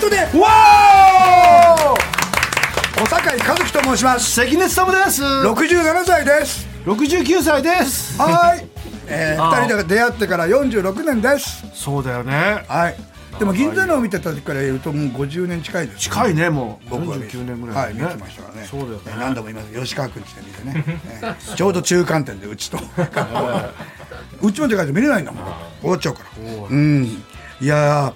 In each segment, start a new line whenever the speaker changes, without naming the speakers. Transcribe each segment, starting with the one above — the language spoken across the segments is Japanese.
トで
わー
小坂井和樹と申します
関根勤です
67歳です
69歳です
はーい、 えー、2人で出会ってから46年です
そうだよね
はいでも銀座のを見てた時から言うともう50年近いです
近いねもう
僕は見て
49年ぐらいね
はい、見てましたからね
そうだよ
え
ね
ー何度も言います吉川君ちで見てね、えーちょうど中間点でう ちとうちのでかいと見れないんだもん終わっちゃうからうんいやー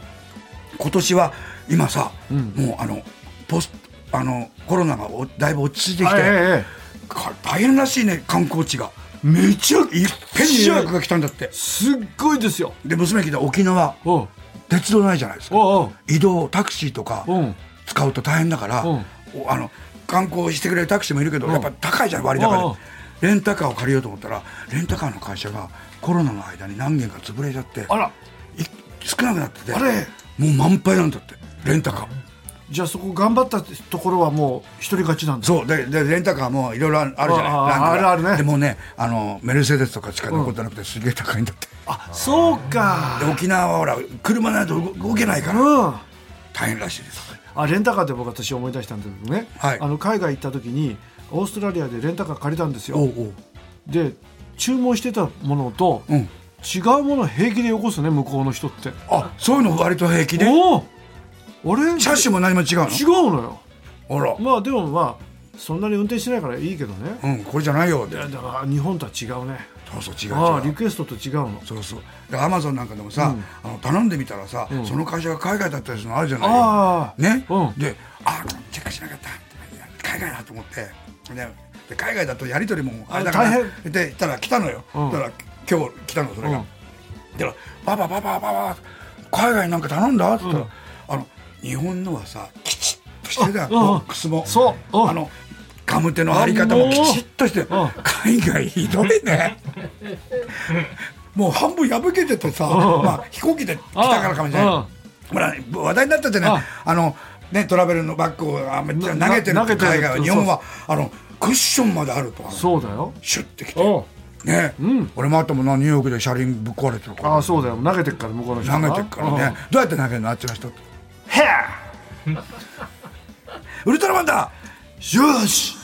今年は今さ、もうあのポスあのコロナがおだいぶ落ち着いてきて、
はいえ
か大変らしいね観光地が
えめちゃ
いっぺんに予約が来たんだって
すっごいですよ
で娘聞いたら沖縄
おう
鉄道ないじゃないですか
おう
移動タクシーとか
うん
使うと大変だから、
うん
おあの観光してくれるタクシーもいるけど、
うん
やっぱ高いじゃん割高で、
うん
レンタカーを借りようと思ったらレンタカーの会社がコロナの間に何軒か潰れちゃって
あら
い少なくなってて
あれ
もう満杯なんだってレンタカー
じゃあそこ頑張ったところはもう一人勝ちなんだ
そうででレンタカーもいろいろあるじゃない
ああ
ランクが
あるあるね
でもうねあのメルセデスとかしか残ってなくて、すげえ高いんだって
あそうか
で沖縄はほら車ないと動動けないから
うん
大変らしいです
あレンタカーで僕私思い出したんだけどね、
はい
あの海外行った時にオーストラリアでレンタカー借りたんです
おう
よで注文してたものと、
おううん
違うもの平気でよこすね向こうの人って
あそういうの割と平気で
おおあれ
車種も何も違うの
違うのよ
あら
まあでもまあそんなに運転しないからいいけどね
うん、これじゃないよ。
いやだから日本とは違うね
そうそう、違
ああ
う違
リ
う。
クエストと違うの
そうそう。で、アマゾンなんかでもさ、あの頼んでみたらさ、その会社が海外だったりするのあるじゃない
ああ
ね、
うん
で、あチェックしなかった。いや海外だと思って。で、で海外だとやり取りもあれだから。
あ大
で、言ったら来たのよ。
うん
だから今日来たのそれが。
うん
だからパパパパパパ海外なんか頼んだって言ったら、あの日本のはさきちっとしてたよ
うんうん
ボックスも
そううん
あのガム手の張り方もきちっとして
もう
海外ひどいねもう半分破けててさ、
ん
まあ、飛行機で来たからかもしれ
うん
ないほら話題になったじゃ
う
なんいあのねトラベルのバッグをあめっちゃ投げてる
な投げてる
海外
そ
は
う
日本はあのクッションまであるとあの
そうだよ
シュッてきて
お
ね、
ん
俺もあったもんなニューヨークで車輪ぶっ壊れてるから
ああそうだよ投げてっから向こうの人
投
が
げてっからねどうやって投げるのあっちの人って
うんへ
ウルトラマンだ
えよし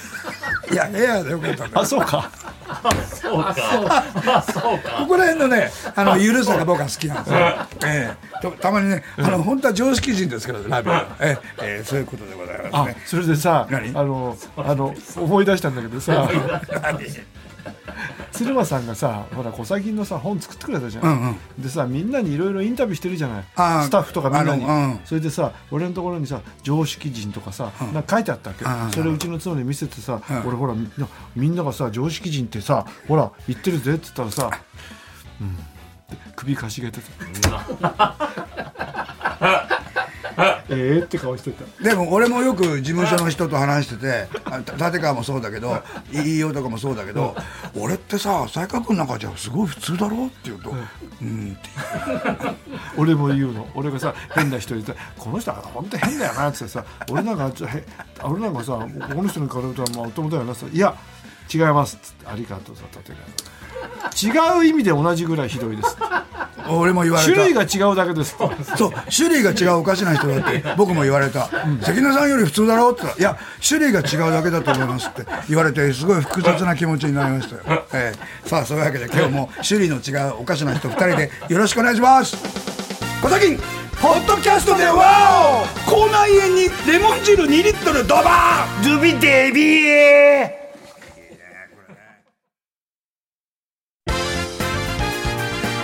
いやヘアでよかったんだ
あ、そうか。
ここら辺のねあの緩さが僕は好きなんですよ、ええとたまにねあの本当は常識人ですけどねラビは、ええええそういうことでございます
あ
ね
それでさあ
何
のあの思い出したんだけどさ鶴間さんがさほら小崎のさ本作ってくれたじゃん、
うんうん
でさみんなにいろいろインタビューしてるじゃない
あー
スタッフとかみんなに、
あのうん
それでさ俺のところにさ常識人とかさ、なんか書いてあったわけ、
あー
それうちの妻に見せてさ、俺ほらみんなみんながさ常識人ってさほら言ってるぜって言ったらさ、うん、って首かしげてさ ええって顔してた
でも俺もよく事務所の人と話しててあた立川もそうだけど飯尾とかもそうだけど俺ってさ才川君なんかじゃすごい普通だろって言うとうんって
俺も言うの俺がさ変な人いてこの人は本当変だよなってさ俺なんかちょへ俺なんかさこの人に比べたらまあお友だよなさいや違いますっつってありがとうさ立川違う意味で同じぐらいひどいです
俺も言われた
種類が違うだけです
そう種類が違うおかしな人だって僕も言われた、関根さんより普通だろうって言ったら「いや種類が違うだけだと思います」って言われてすごい複雑な気持ちになりましたよ、ええさあそういうわけで今日も種類の違うおかしな人2人でよろしくお願いします小崎ポッドキャストでは口内炎にレモン汁2リットルドバー
ドビデビー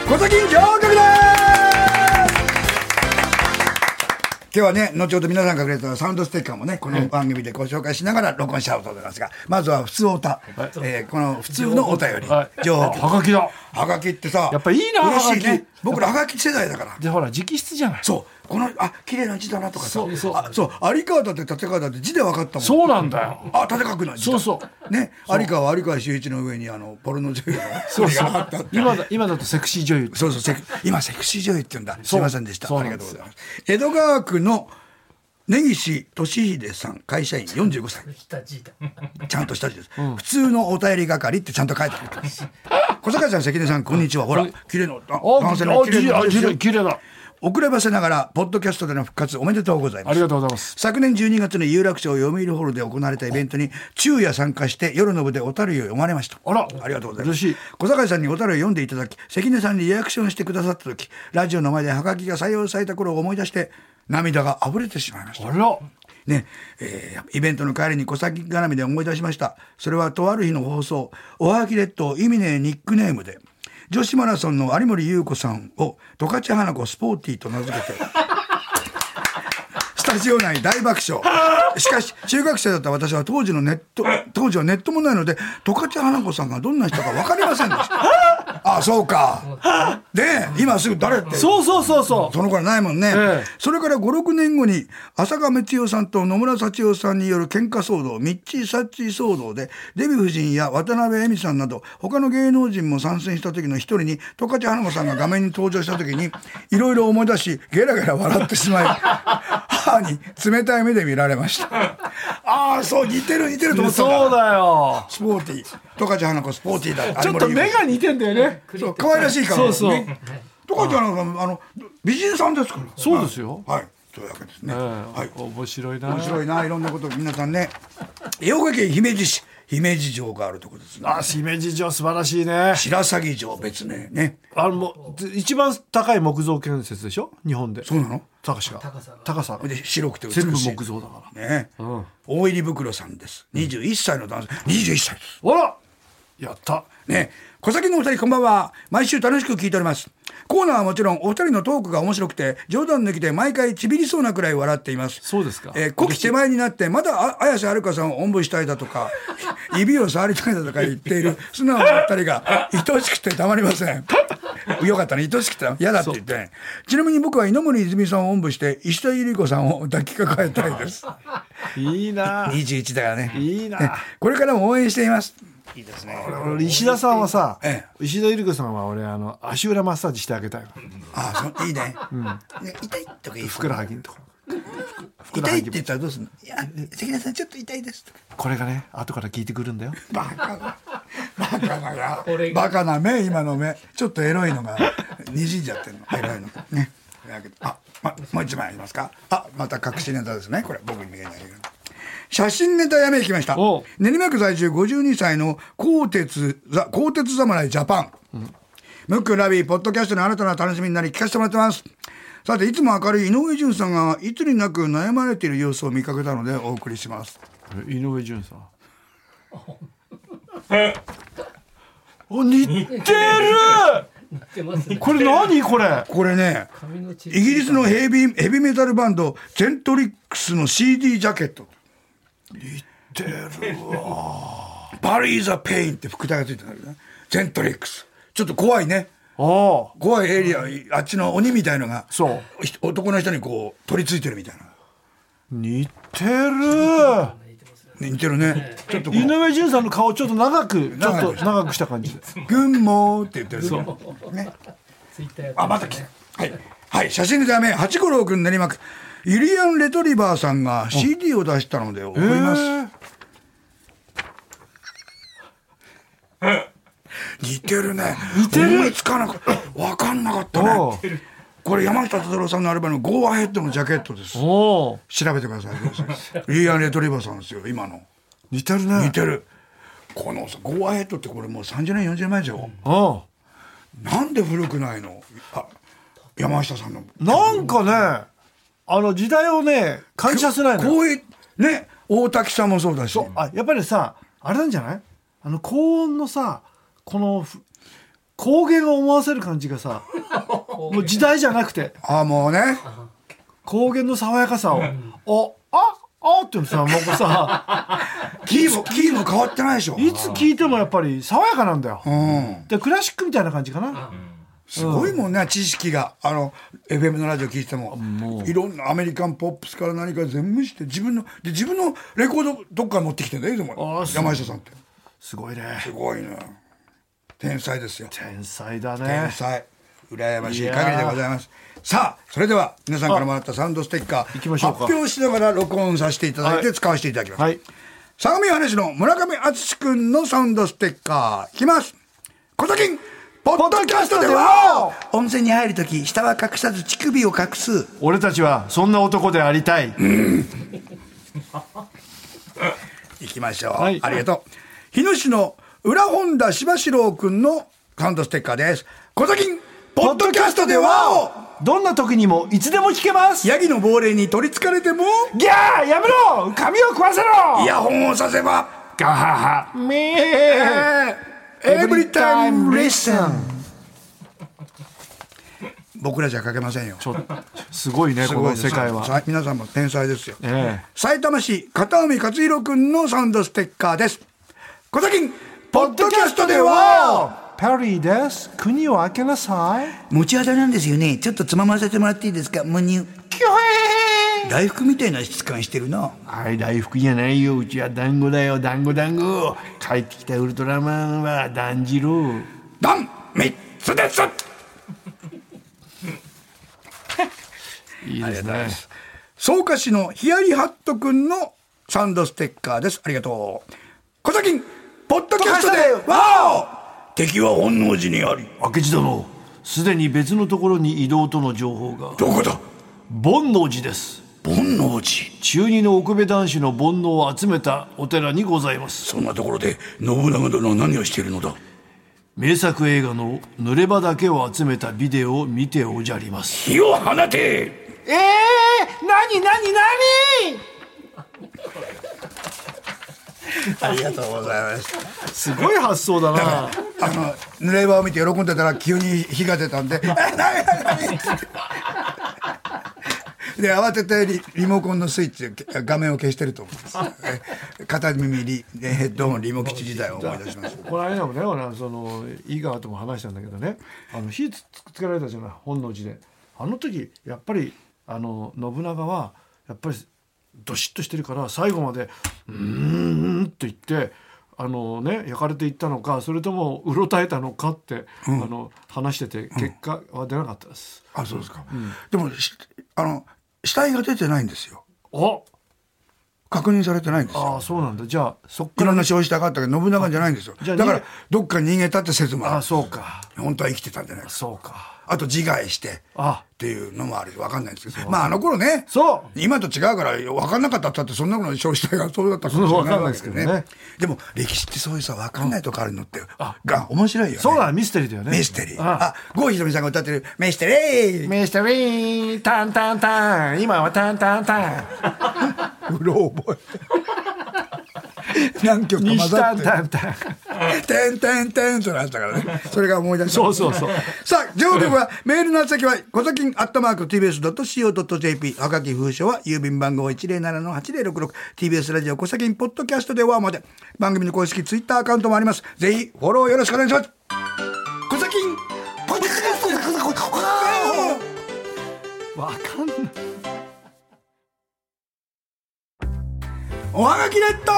小崎合格です今日はね後ほど皆さんがくれたサウンドステッカーもねこの番組でご紹介しながら録音しちゃおうと思いますがまずは普通おた、えーこの普通のお便り、
はい
情報
はがきだ
はがきってさ
やっぱいいな
嬉しい
はが
ね
き
僕らはがき世代だから
でほら直筆じゃない
そうこのあ綺麗な字だなとかさ
そうそう
あそう有川だって立川だって字で分かったもん
そうなんだよ
あ立川君の字だ
そうそ
ね有川は有川修一の上にあのポルノ女優の
そうそう
があったって
今だ今だとセクシー女優
そうそうセク、今セクシー女優って言うんだ。す
そう
いませんでした。
そう
あ
な
り
ん
が
で
とうご
す
ざいます。江戸川区の根岸俊秀さん、会社員45歳。ちゃんとした字です。普通のお便り係ってちゃんと書いてある。小坂ちゃん、関根さん、こんにちは。ほら、綺麗な、あ
あ
男性の
あ
綺麗な
あ
字ですよ
綺麗だ
遅ればせながらポッドキャストでの復活おめでとうございます
ありがとうございます
昨年12月に有楽町読売ホールで行われたイベントに昼夜参加して夜の部で小樽湯を読まれました
あら
ありがとうございます
嬉しい
小坂井さんに小樽を読んでいただき関根さんにリアクションしてくださった時ラジオの前でハガキが採用された頃を思い出して涙が溢れてしまいました
あら
ねえーイベントの帰りに小崎絡みで思い出しましたそれはとある日の放送「おはぎ列島意味ねえニックネームで」女子マラソンの有森裕子さんを十勝花子スポーティーと名付けてスタジオ内大爆笑しかし中学生だった私は当時のネット当時はネットもないので十勝花子さんがどんな人か分かりませんでしたああそうかで今すぐ誰って
そうそうそうそ
その頃ないもんね、
ええ
それから56年後に浅香光代さんと野村幸代さんによる喧嘩騒動ミッチー・サッチー騒動でデヴィ夫人や渡辺恵美さんなど他の芸能人も参戦した時の一人に十勝花子さんが画面に登場した時にいろいろ思い出しゲラゲラ笑ってしまい母に冷たい目で見られましたああそう似てる似てると思
う
ってたん
そうだよ
スポーティー十勝花子スポーティーだ
ちょっと目が似てんだよね
そう可愛らしいから
そうそう
ね十勝花子さんあの美人さんですから
そうですよ
はい、というわけですね。
ええ
はい、
面白いな
面白いな、いろんなこと、皆さんね。兵庫県姫路市、姫路城があるところですね。
あ姫路城素晴らしいね
白鷺城別名ね。
あのもう一番高い木造建設でしょ日本で
そうなの。
高さが高さが
で、白くて美しい。
全部木造だか
ね、大入り袋さんです。二十一歳の男性、二十一歳です。
らあらやった
ね、小崎のお二人こんばんは毎週楽しく聞いておりますコーナーはもちろんお二人のトークが面白くて冗談抜きで毎回ちびりそうなくらい笑っています
そうですか
えー、古希手前になってまだあ綾瀬はるかさんをおんぶしたいだと か指を触りたいだとか言っている素直なお二人が愛しくてたまりませんよかったね愛しくて嫌だって言ってねちなみに僕は井ノ森泉さんをおんぶして石田ゆり子さんを抱きかかえたい です
いいな
21だからね
いいな
ねこれからも応援していますいいですね
俺石田さんはさ、
え
石田ゆり子さんは俺あの足裏マッサージしてあげたいの
あそういいね,、ね痛いとか言う
ふくらはぎのとこふくら
痛
はい
って
ぎ
言ったらどうすんのいや関根さんちょっと痛いですとか
これがね後から聞いてくるんだよ
バカなバカながバカな目今の目ちょっとエロいのがにじんじゃってるのエロいのがねだけどあ、ま、もう一枚ありますかあまた隠しネタですねこれ僕に見えないけど写真ネタやめいきました
おう
練馬区在住52歳の鋼鉄ザ鋼鉄侍ジャパン、ムックラビーポッドキャストの新たな楽しみになり聞かせてもらってますさていつも明るい井上潤さんがいつになく悩まれている様子を見かけたのでお送りします
井上潤 さんお似てる
ってますね。
これ何これ
これね
髪の血
イギリスのヘビヘビメタルバンドセントリックスの CD ジャケット
似てる
「バリー・ザ・ペイン」って副題がついてるんだけどねセントリックスちょっと怖いね
ああ
怖いエリアあっちの鬼みたいのが
そう
ひ男の人にこう取り付いてるみたいな
似て
似てるねちょっと
る井上潤さんの顔ちょっと長くちょっ
長
と
い
長くした感じで
「群馬」って言ってるね
ツイッターやって
あまた来たはい、はい、写真のため八五郎君練馬区ユリアン・レトリバーさんが CD を出したので送ります、似てるね似てる思いつかなかった分かんなかった
おう
ねこれ山下達郎さんのアルバム「ゴーアヘッド」のジャケットです
えおお
調べてください リーアン・レトリバーさんですよ今の
似てる
似
ね
てるこのさゴーアヘッドってこれもう30年40年以上、
うん
なんで古くないのあ山下さんの
なんかねあの時代をね感じさせないのよ
こういうね大滝さんもそうだし
あやっぱりさあれなんじゃないあの高音のさこのふ高原を思わせる感じ がさもう時代じゃなくて
あもうね
高原の爽やかさを「おああっていうのさもう さ
キーもキーも変わってないでしょ
いつ聴いてもやっぱり爽やかなんだよ
うん
でクラシックみたいな感じかな
すごいもんね、知識があの FM のラジオ聞いててもいろんなアメリカンポップスから何から全部して自分ので自分のレコードどっから持ってきてんだよでも
あーそう
山下さんって
すごい
す
ね
ごいね天才ですよ
天才だ
天
ね
才羨ましい
いやー
限りでございますさあそれでは皆さんからもらったサウンドステッカー
行きましょうか
発表しながら録音させていただい
は
て
い
使わせていただきます、
はい
相模原市の村上敦君のサウンドステッカーいきます小崎ポポッドキャストでは温泉に入るとき下は隠さず乳首を隠す
俺たちはそんな男でありたい、
行きましょう、
はい
ありがとう日野市の裏本田柴四郎君のサウンドステッカーです小崎ポッドキャストでは
どんな時にもいつでも聞けます
ヤギの亡霊に取りつかれても
ギャーやめろ髪を食わせろ
イヤホンをさせば
ガハハめ
え
ー
ー Every time listen 僕らじゃ書けませんよ
ちょすごいね
す
こ
ごい
の
です
世界は
さ皆さんも天才ですよ、
ええ
埼玉市片海勝弘君のサウンドステッカーです小崎ポッドキャストでは
パリーです国を開けなさい
持ち肌なんですよねちょっとつまませてもらっていいですかむにゅ
キョヘー
大福みたいな質感してるな
はい大福じゃないようちは団子だよ団子団子帰ってきたウルトラマンは団次郎
ダン3つです
いいですね
草加市のヒヤリハットくんのサウンドステッカーですありがとう小崎ポッドキャストでわお敵は本能寺にあり
明智殿すでに別のところに移動との情報が
どこだ
煩悩寺です
本能寺
中二の奥部男子の煩悩を集めたお寺にございます
そんなところで信長殿は何をしているのだ
名作映画の濡れ場だけを集めたビデオを見ておじゃります
火を放て
ええなになになに
ありがとうございます
すごい発想だな
あの濡れ場を見て喜んでたら急に火が出たんで「 あ何や何や」で慌ててリリモコンのスイッチを画面を消してると思いますえ片耳リねヘッドホンリモ吉時代を思い出します
この間もね俺はその井川とも話したんだけどねあの火つつけられたじゃない本能寺であの時やっぱりあの信長はやっぱりどしっとしてるから最後まで「うーん」って言ってあのね焼かれていったのかそれともうろたえたのかって、あの話してて結果は出なかったです。
あそうですか、でもしあの死体が出てないんですよ
お
確認されてないんですよ
ああそうなんだじゃあそっ
い
か
ろんな消費したかったけど信長じゃないんですよ
じゃあ
だか
逃
ら
げ
どっかに逃げたって説も
らあ
あ
あ
る
そうか
本当は生きてたんじゃないか
そうか
あと自害して
あ
っていうのもあるわかんないんですけどまああの頃ね
そう
今と違うから分かんなかったったってそんなこと消費体がそうだったかもしれ
そう分かんないですけどね
わけでも歴史ってそういうさ分かんないとこあるのってが面白いよね
そうだミステリーだよね
ミステリー
ああ
あ郷ひろみさんが歌ってる「ミステリ ー」
ミステリータンタンタン今はタンタンタン
うろ覚え何曲か混
西
ざ
タ
っ
ン
て
タンタン
「てんてんてん」となったからねそれが思い出した
そうそうそう
さあ、情報は、メールの宛先は、小崎アットマーク tbs.co.jp、赤き封書は、郵便番号107-8066、tbs ラジオ小崎ポッドキャストではまで、番組の公式ツイッターアカウントもあります。ぜひ、フォローよろしくお願いします。小崎ポッドキャスト
わかんない
おはがきネット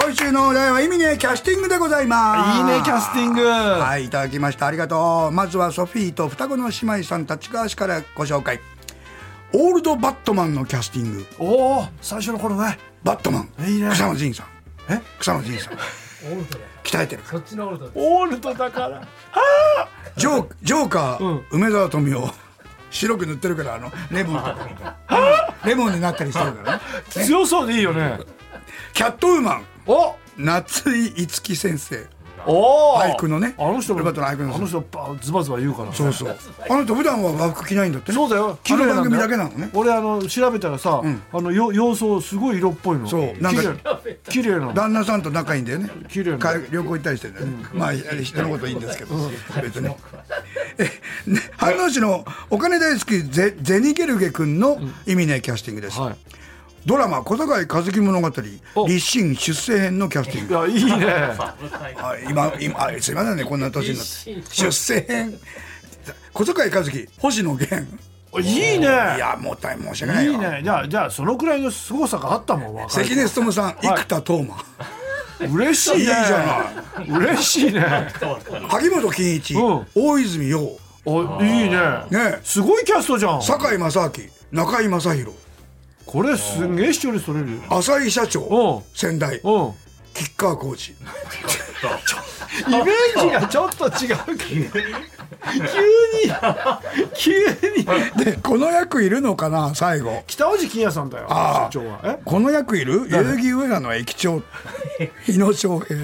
今週のお題は、意味ね、キャスティングでございます。
いいねキャスティングは
はい、いただきました。ありがとう。まずはソフィーと双子の姉妹さん立川市からご紹介。オールドバットマンのキャスティング。
おお最初の頃ね
バットマン。
いいね
草野仁さん。
え
草野仁さん。
オルトだよ
鍛えてるから。
そっちのオルトだ
オールドだから
ジョー、ジョーカー、梅沢富美男。白く塗ってるから、あの、レモンとか。レモンになったりしてるからね。
強そうでいいよね
キャットウーマン。
お
夏井いつき先生。
お
俳句のね
あの人も
ルバートの俳句の
あの人ばズバズバ言うから
そうそう。あの人普段は和服着ないんだってね。
そうだよ
あの番組
綺麗
だ
なん
けなのね。
俺あの調べたらさあのよ様相すごい色っぽいの
そうなんか
綺麗綺麗なの
旦那さんと仲いいんだよね
綺麗な
か旅行行ったりしてね、まあ人のこといいんですけど、別にえね飯能市のお金大好きゼゼニゲルゲ君の意味ねキャスティングです、
はい
ドラマ「小坂井和樹物語
お
立身出世編」のキャスティン
い
グ
やいいね
あ今今あすいませんねこんな年になって出世編小坂井和樹星野源
おいい
い
ね
やもったい申し訳ないよ
いいねじゃあじゃあそのくらいの凄さがあったもん若い
関根勤さん生田斗真、
嬉しいね
いいじゃ
ない嬉しいね
萩本欽一、
うん
大泉洋
おいいね
ね
すごいキャストじゃん
堺正明中居正広
これすんげえ視聴率取れるよ
浅井社
お
長
う
先代
うん
キッカーコーチ
と
イメージがちょっと違うけ ど急に急に
でこの役いるのかな最後
北尾路欣也さんだよ
あ
社
あ
長はえ
この役いる代々木上原の駅長日野翔平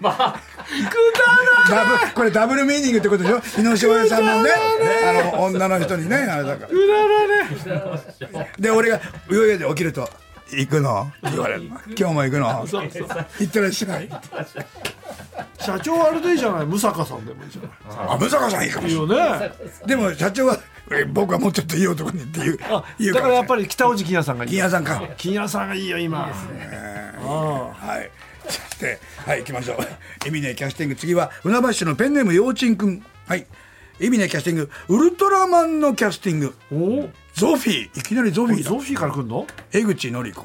まあ
ダブこれダブルミーニングってことでしょ日野翔平さんのねあの女の人にねあれだから
うららね
で俺が「上で起きると「行くの?」って言われるの「今日も行くの?」行ってらっしゃい」
社長あれでいいじゃない武坂さんでもいいじゃない
あ武坂さんいいかも
いい
しれ
よねあ
ないでも社長はえ「僕はもうちょっといい男に」って言う言う
だからやっぱ
り
り北尾路欣也さんがいい
銀
よ
屋さんか
欣也さんがいいよ今
はいそしてはい行きましょうエミネキャスティング次は船橋市のペンネームようちんくんはいエミネキャスティングウルトラマンのキャスティング
おお
ゾフィーいきなりゾフィー
ゾ
だ
フィーから来んの
江口のり子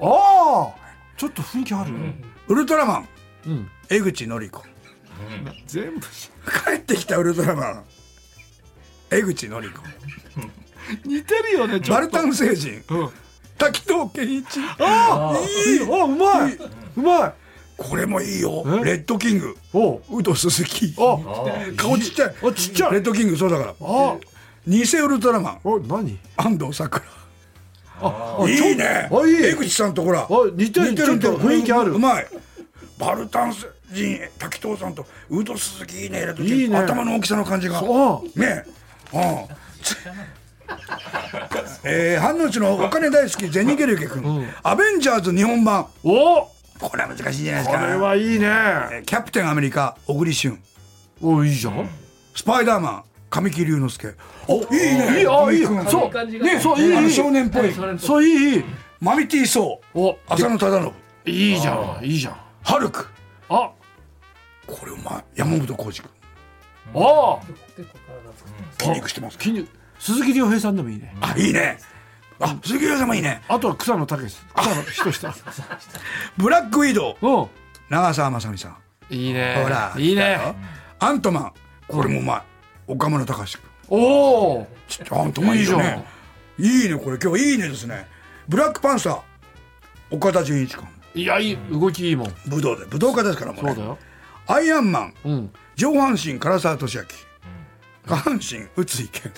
ああちょっと雰囲気あるよ
ウルトラマン
うん
江口のり子
全部
帰ってきたウルトラマン江口のり子
似てるよねちょ
バ
っ
ル
と
タン星人
うん
滝藤健一
ああ
いい
あうまいうまい
これもいいよ
え
レッドキング
おう
ウド鈴木
あ
顔ちっちゃい
あちっちゃい
レッドキングそうだから
あ
偽ウルトラマン
お何
安藤サクラ
ああちょ
いいね
あいい
江口さんとほら
あ似てるちょっと雰囲気ある
うまいバルタンス人滝藤さんとウド鈴木いいねレッドキング
いいね
頭の大きさの感じが
そう
ねえうんつえー、反応地のお金大好き銭ゲルケ君、アベンジャーズ日本版
おこ
これは難しいんじゃないです
れ
か
はいいね
えーキャプテンアメリカ小栗旬
おいいじゃん
スパイダーマン神木隆之介おいいね
いいあいい
神木君
そ
いい感じ
う
がね
ねそう
あ
いいい
の
い
少年っぽい
そういいいい
マミティー・ソー
お
浅野忠信
いいじゃんいいじゃん
ハルク
あ
これうまい山本浩二君
あ
筋肉してます
筋肉鈴木亮平さんでもいいね
あいいねあ鈴木亮さんもいいね
あとは草野武史草野仁志さ
ブラックウィドウ
ん うん
長澤まさみさん
いいね
ほら
いいね
アントマンこれもうまい岡村隆史君
おお
ちょっとアントマンいいよねいいねこれ今日いいねですねブラックパンサー岡田准一君
いやいい動きいいもんそ
武道で武道家ですからもう,、ね、
うだよ
アイアンマン
うん
上半身唐沢俊明下半身宇津井健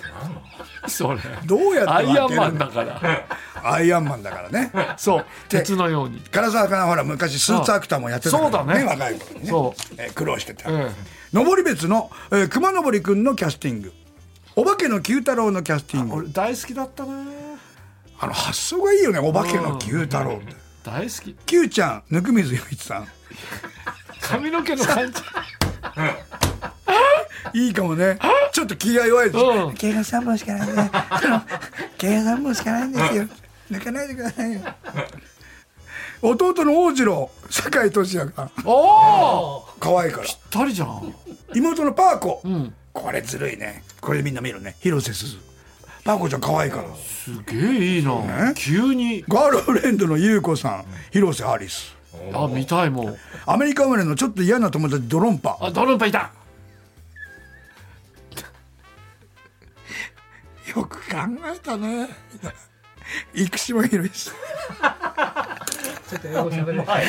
それ
どうやって
アイ
分
アン
け
マ
る
ンだ から
アイアンマンだからね
そう
で
鉄のように
唐沢かなほら昔スーツアクターもやってたから
そうだね
若い頃にね
そ
えー苦労してた、
え
登別の、えー熊登くんのキャスティングお化けの九太郎のキャスティング
俺大好きだったな
あの発想がいいよねお化けの九太郎って
大好き
九ちゃん温水洋一さん
髪の毛の感じ
いいかも ねちょっと気が弱いです
うん
毛が3本しかないね 毛が3本しかないんです よ抜かないでくださいよ弟の大次郎酒井俊也が
おお
可愛いから
二人じゃん
妹のパーコ、
ん
これずるいねこれみんな見るね広瀬すずパーコちゃん可愛いから
すげえいいな
ね
急に
ガールフレンドの優子さん広瀬アリス
あ見たいもん
アメリカ生まれのちょっと嫌な友達ドロン
あ
パ
ドルンパいた
よく考えたね 生島ひろし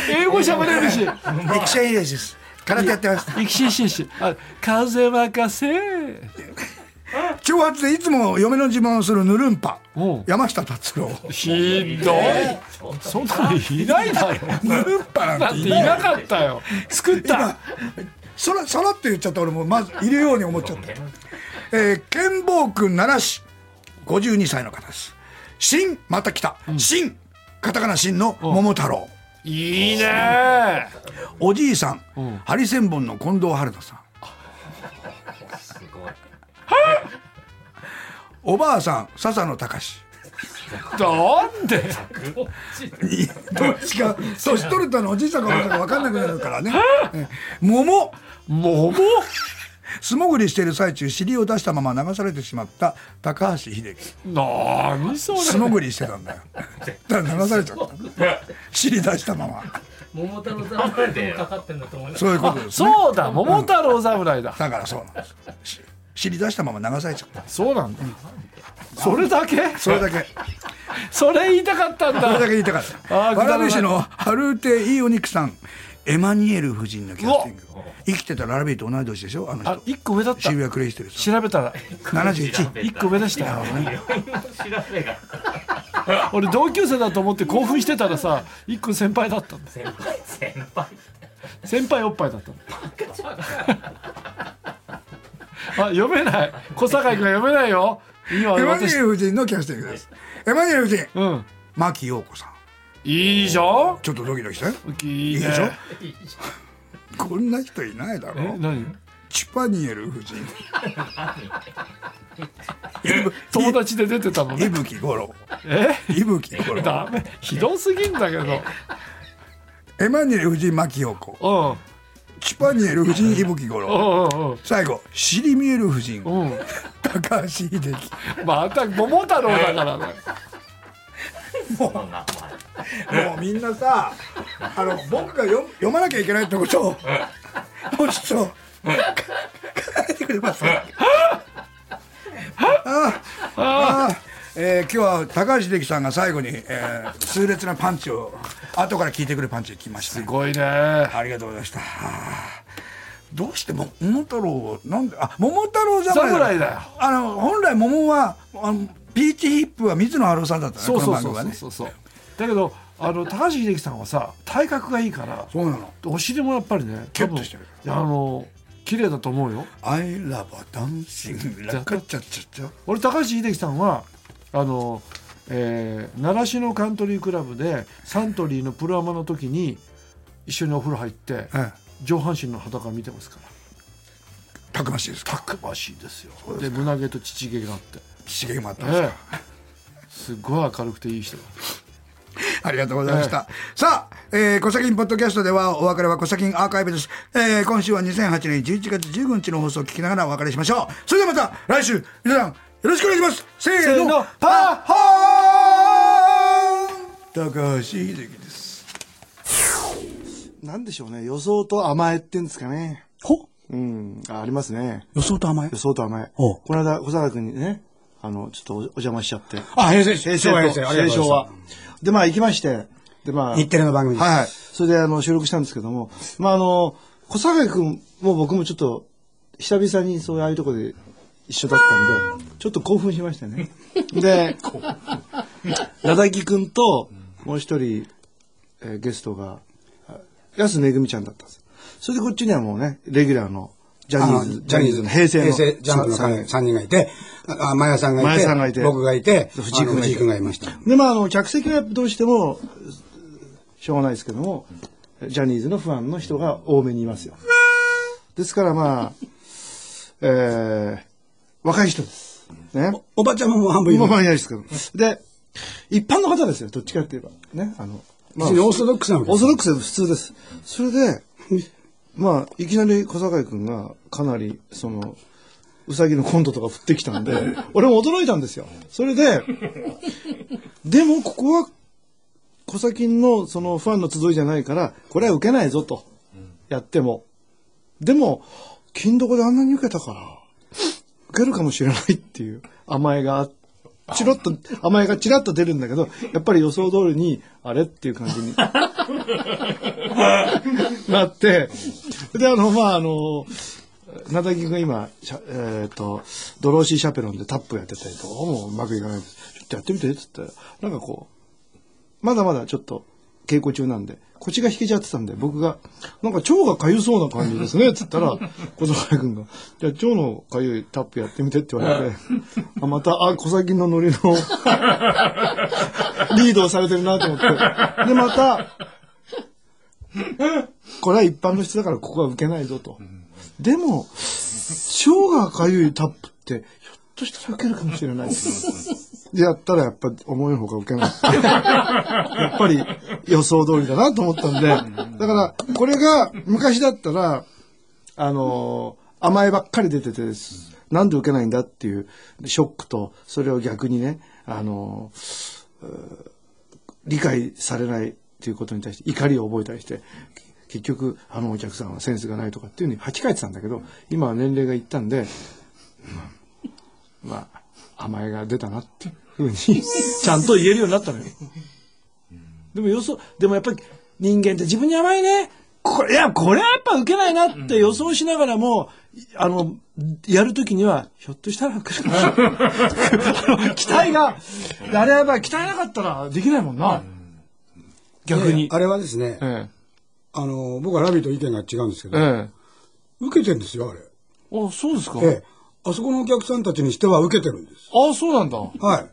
英語喋れるし
生島ひろしです空手やってます
生きしししあ風任せ
挑発でいつも嫁の自慢をするヌルンパ
おう
山下達郎
ひどいそんなのいないだろ
ヌルンパ
だ
な
っ
ん
て
て
い
いない
なかったよ作った
そらさらって言っちゃった俺もまずいるように思っちゃった、えー、健坊君奈良市52歳の方です新また来た、新カタカナ新の桃太郎
いいね
おじいさん、
ん
ハリセンボンの近藤春菜さん
すごい
おばあさん笹野隆
なんで
にどっちか年取るとあのおじいさんかおばあさんか分かんなくなるからねえ桃
桃
素潜りしている最中尻を出したまま流されてしまった高橋秀樹
なにそれ
素潜りしてたん だよだから流されちゃった尻出したまま
桃太郎さんの手もかかってんだと思います。
そういうことですね
そうだ桃太郎侍だ
だからそうなんですし尻出したまま流されちゃった
そうなんだそれだけ
それ だけ
それ言いたかったん
それだ
だ
け言いたかっ
あ
た
ーくだらない
蕨市の春手いいお肉さんエマニュエル夫人のキャスティング生きてたララビーと同い年でしょあの
あ
人
一個上だった
渋谷クレイステルさん
調べたら
71
一個上でしたよ
いろ んな調べが
俺同級生だと思って興奮してたらさ一個先輩だったんだ
先輩先輩
先輩おっぱいだったん だあ読めない小坂井君が読めないよ今
エマニュ
私
エル夫人のキャスティングですエマニュエル夫人
うん
牧陽子さん
いいじゃん
ちょっとドキドキしたよ
い
い
い
い
ね
でしょこんな人いないだ
え
ろ
何
チュパニエル夫 人
友達で出てたの
伊
ね
吹五郎
え
伊吹五郎
ダメひどすぎんだけど
エマニュエル夫人牧陽子
うん
チュパニエル夫人伊吹五郎
うんうん
最後シリミエル夫人
うんうん
高橋秀樹
また桃太郎だからね
そんな
もうみんなさあの僕が読読まなきゃいけないってことをもうちょっと考えてくれますかああああえー今日は高橋秀樹さんが最後に、えー痛烈なパンチを後から聞いてくるパンチきました
すごいね
ありがとうございましたはあどうしても桃太郎をなんであ桃太郎侍
侍だよ
あの本来桃はあのピーチヒップは水野晴郎さんだったね
そうそう
こ
そ
の番
う
組は
そう
ね
そうそうだけどあの高橋英樹さんはさ体格がいいから
そうなの
お尻もやっぱりね
キュッとしてる
多分あの綺麗だと思うよ
アイラバダンシングラカチャチャチャ
俺高橋英樹さんはあの、えー、習志野カントリークラブでサントリーのプロアマの時に一緒にお風呂入って
ええ
上半身の裸見てますから
たくましいですか
たくましいですよで胸毛と乳毛があって、
刺激もあったんです
ええ、すごい明るくていい人だ
ありがとうございました。さあ、えー、コサキンポッドキャストではお別れはコサキンアーカイブです。えー、今週は2008年11月15日の放送を聞きながらお別れしましょう。それではまた来週、皆さんよろしくお願いします。せー
せ
の、
ーの
パッホーン高橋秀樹です。
なんでしょうね。予想と甘えってんですかね。
ほ
うん。あ、ありますね。
予想と甘い
予想と甘え。
おう
この間、小坂君にね、あの、ちょっとおお邪魔しちゃって。
あ、平成、
平成と、平成は。で、まあ、行きまして。で、まあ。
日テレの番組です
はいはい。それで、あの、収録したんですけども、まあ、あの、小坂君も僕もちょっと、久々にそういうああいうとこで一緒だったんで、ちょっと興奮しましたね。 で、なだき君と、もう一人、えーゲストが、あ安めぐみちゃんだったんです。それでこっちにはもうね、レギュラーの、ジャニーズ、ジャニーズの平成の。
平成ジャンプの
さん
3人がいて、あ、あマヤさんがいて、
マヤさんがいて
僕がいて、
藤井君がいて
あの藤井君がいました。
で、まあ、あの、客席はどうしても、しょうがないですけども、ジャニーズのファンの人が多めにいますよ。ですから、まあ、えー、若い人です。ね。
おばちゃんももう半分い
今
る。
まあ、いないですけど。で、一般の方ですよ。どっちかって言えば。ね。あの、まあ、
非常にオーソドックスなわけ
オー
です
ソドックスで普通です。そ れで、まあ、いきなり小坂井くんがかなり、その、うさぎのコントとか振ってきたんで、俺も驚いたんですよ。それで、でもここは、小崎のそのファンの集いじゃないから、これは受けないぞと、やっても。でも、金床であんなに受けたから、受けるかもしれないっていう甘えが、チロッと、甘えがチラッと出るんだけど、やっぱり予想通りに、あれっていう感じになって、で、あの、まあ、あの、なだぎくんが今、しゃえっ、と、ドローシーシャペロンでタップやってたりと、どうもうまくいかないです。ちょっとやってみて、っつって、なんかこう、まだまだちょっと稽古中なんで、腰が引けちゃってたんで、僕が、なんか腸が痒そうな感じですね、っつったら、小坂くんが、じゃあ腸の痒いタップやってみてって言われて、あ、また、あ、小崎のノリの、リードをされてるなと思って、で、また、これは一般の人だからここは受けないぞと。でも、腸がかゆいタップって、ひょっとしたら受けるかもしれない。でやったらやっぱ思いのほか受けない。やっぱり予想通りだなと思ったんで、だからこれが昔だったら、あのー甘えばっかり出てて、なんで受けないんだっていうショックと、それを逆にね、あのー理解されないということに対して怒りを覚えたりして結局あのお客さんはセンスがないとかっていうふうに吐き替えてたんだけど今は年齢がいったんで、うんまあ甘えが出たなっていうふうにちゃんと言えるようになったのよ。でもよそでもやっぱり人間って自分に甘いねこれ、いや、これはやっぱ受けないなって予想しながらも、あの、やるときには、ひょっとしたら受けるかもしれない あの期待が、あれはやっぱり期待なかったらできないもんな。逆に。
あれはですね、
え
あの、僕はラビット意見が違うんですけど、
え。え
受けてんですよ、あれ。
え。あ、そうですか。
ええ。あそこのお客さんたちにしては受けてるんです。
あ、そうなんだ。
はい。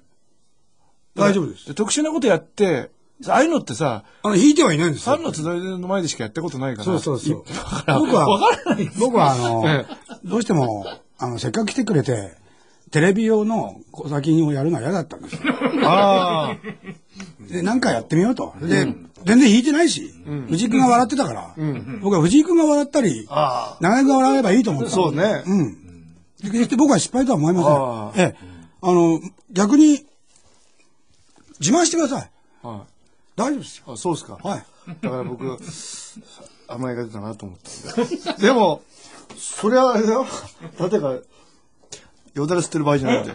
大丈夫です。
で特殊なことやって、ああいうのってさ、
あの、弾いてはいないんです
フ
よ
ァン。の集いの前でしかやったことないから。
そうそうそう。
僕
僕
は。わ
は、
からない。
僕はあの、
え
どうしても、あの、せっかく来てくれて、テレビ用の小崎をやるのは嫌だったんですよ。
ああ。
で、なんかやってみようと。で、全然弾いてないし、藤井君が笑ってたから、僕は藤井君が笑ったり、
あ
長井君が笑えばいいと思った。
そう。ね。
うん。で決して僕は失敗とは思いま
あ
せん。ええ。あの、逆に、自慢してください。
は
大丈夫ですよ。
い。あ、そうですか。
はい。
だから僕、 甘えが出たなと思った。で も、そりゃあれだよ、例えば、よだれ吸ってる場合じゃないんで。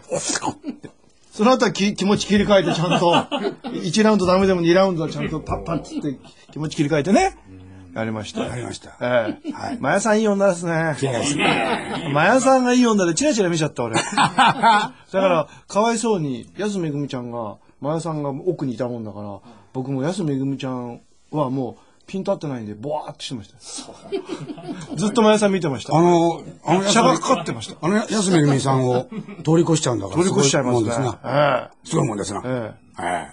その後はき気持ち切り替えてちゃんと、1ラウンド ダメでも2ラウンドはちゃんとパッパッつって気持ち切り替えてね、やりました。
わかりました。
ええ。はい。マヤさんいい女ですね。マヤさんがいい女でチラチラ見ちゃった俺。だから、かわいそうに、安めぐみちゃんが、マヤさんが奥にいたもんだから、僕も安めぐみちゃんはもうピンと合ってないんで、ぼわーっとしてましたよ。ずっとマヤさん見てました
あ。の、あの、
しゃがかかってました。
あの、安めぐみさんを通り越しちゃうんだから。
通り越しちゃいます
ごもんですな。
ね。
すごいもんですな。
ええ。ええ。
はい